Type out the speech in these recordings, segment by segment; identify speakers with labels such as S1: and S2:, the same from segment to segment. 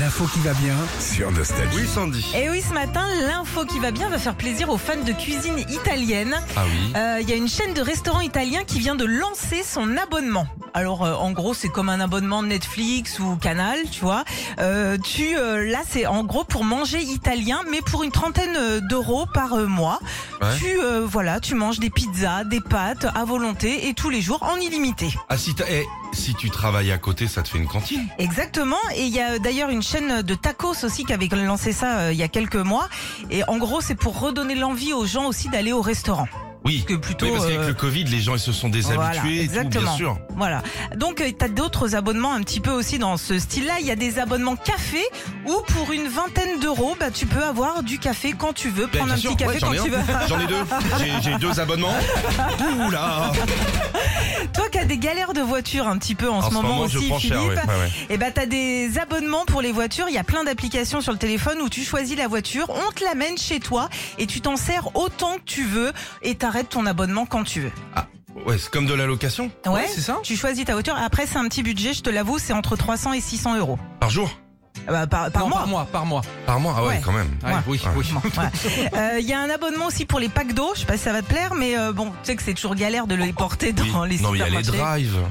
S1: l'info qui va bien.
S2: sur Nostalgie.
S3: Oui, Sandy.
S4: Et oui, ce matin, l'info qui va bien va faire plaisir aux fans de cuisine italienne.
S3: Ah oui.
S4: Euh, Il y a une chaîne de restaurants italiens qui vient de lancer son abonnement. Alors, euh, en gros, c'est comme un abonnement Netflix ou Canal, tu vois. Euh, tu, euh, là, c'est en gros pour manger italien, mais pour une trentaine euh, d'euros par euh, mois.
S3: Ouais.
S4: Tu, euh, voilà, tu manges des pizzas, des pâtes à volonté et tous les jours en illimité.
S3: Ah, si, t'as- eh, si tu travailles à côté, ça te fait une cantine.
S4: Exactement. Et il y a euh, d'ailleurs une chaîne de tacos aussi qui avait lancé ça euh, il y a quelques mois. Et en gros, c'est pour redonner l'envie aux gens aussi d'aller au restaurant.
S3: Oui.
S4: Que plutôt.
S3: Oui, parce qu'avec
S4: euh,
S3: le Covid, les gens ils se sont
S4: voilà,
S3: déshabitués, et tout, bien
S4: exactement.
S3: sûr.
S4: Voilà. Donc, tu as d'autres abonnements un petit peu aussi dans ce style-là. Il y a des abonnements café où pour une vingtaine d'euros, bah, tu peux avoir du café quand tu veux,
S3: Ben,
S4: prendre
S3: bien
S4: un
S3: sûr,
S4: petit café
S3: ouais, j'en
S4: quand
S3: ai
S4: tu
S3: un.
S4: veux.
S3: J'en ai deux. J'ai- J'ai deux abonnements. Oula.
S4: Toi qui as des galères de voiture un petit peu en,
S3: En
S4: ce moment,
S3: je
S4: aussi,
S3: prends
S4: Philippe,
S3: cher. ouais, ouais, ouais.
S4: Et bah t'as des abonnements pour les voitures, il y a plein d'applications sur le téléphone où tu choisis la voiture, on te l'amène chez toi et tu t'en sers autant que tu veux et t'arrêtes ton abonnement quand tu veux.
S3: Ouais, c'est comme de la location.
S4: Ouais,
S3: c'est ça.
S4: Tu choisis ta voiture, après c'est un petit budget, je te l'avoue, c'est entre 300 et 600 euros.
S3: Par jour.
S4: Ah bah, par, par
S1: Non,
S4: mois.
S1: par mois, par mois.
S3: Par mois. Ah ouais,
S4: Ouais.
S3: quand même.
S1: Ouais,
S4: Ouais.
S1: Oui,
S3: Ouais.
S1: oui.
S4: Ouais. Euh, Il y a un abonnement aussi pour les packs d'eau, je sais pas si ça va te plaire, mais euh, bon, tu sais que c'est toujours galère de les porter dans
S3: Oui.
S4: les
S3: non, mais il y a les
S4: supermarchés.
S3: drives.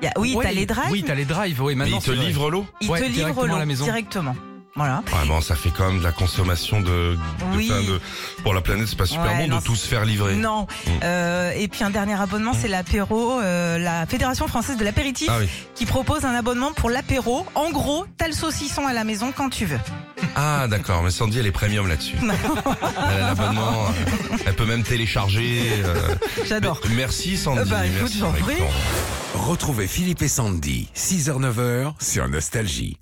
S4: Il y a- Oui,
S1: Ouais,
S4: t'as les drives,
S1: Oui, t'as les drives. Oui,
S3: Mais
S1: maintenant.
S3: ils te
S1: c'est vrai.
S3: livrent l'eau.
S4: ils
S1: ouais,
S4: te livrent
S1: directement à la
S4: l'eau
S1: maison.
S4: directement. Voilà.
S3: Ouais, bon, ça fait quand même de la consommation de, de
S4: Oui.
S3: plein de- Pour la planète, c'est pas super
S4: Ouais,
S3: bon
S4: non,
S3: de tout se faire livrer.
S4: Non. Euh, et puis un dernier abonnement, c'est l'apéro, euh, la Fédération française de l'apéritif,
S3: Ah oui.
S4: qui propose un abonnement pour l'apéro. En gros, t'as le saucisson à la maison quand tu veux.
S3: Ah d'accord, mais Sandy elle est premium là-dessus.
S4: Non.
S3: Elle a l'abonnement, euh, elle peut même télécharger. euh.
S4: J'adore.
S3: Merci Sandy.
S4: Euh, bah, écoute,
S3: merci,
S4: j'en
S3: Rick.
S4: prie.
S2: Retrouvez Philippe et Sandy, 6h-9h sur Nostalgie.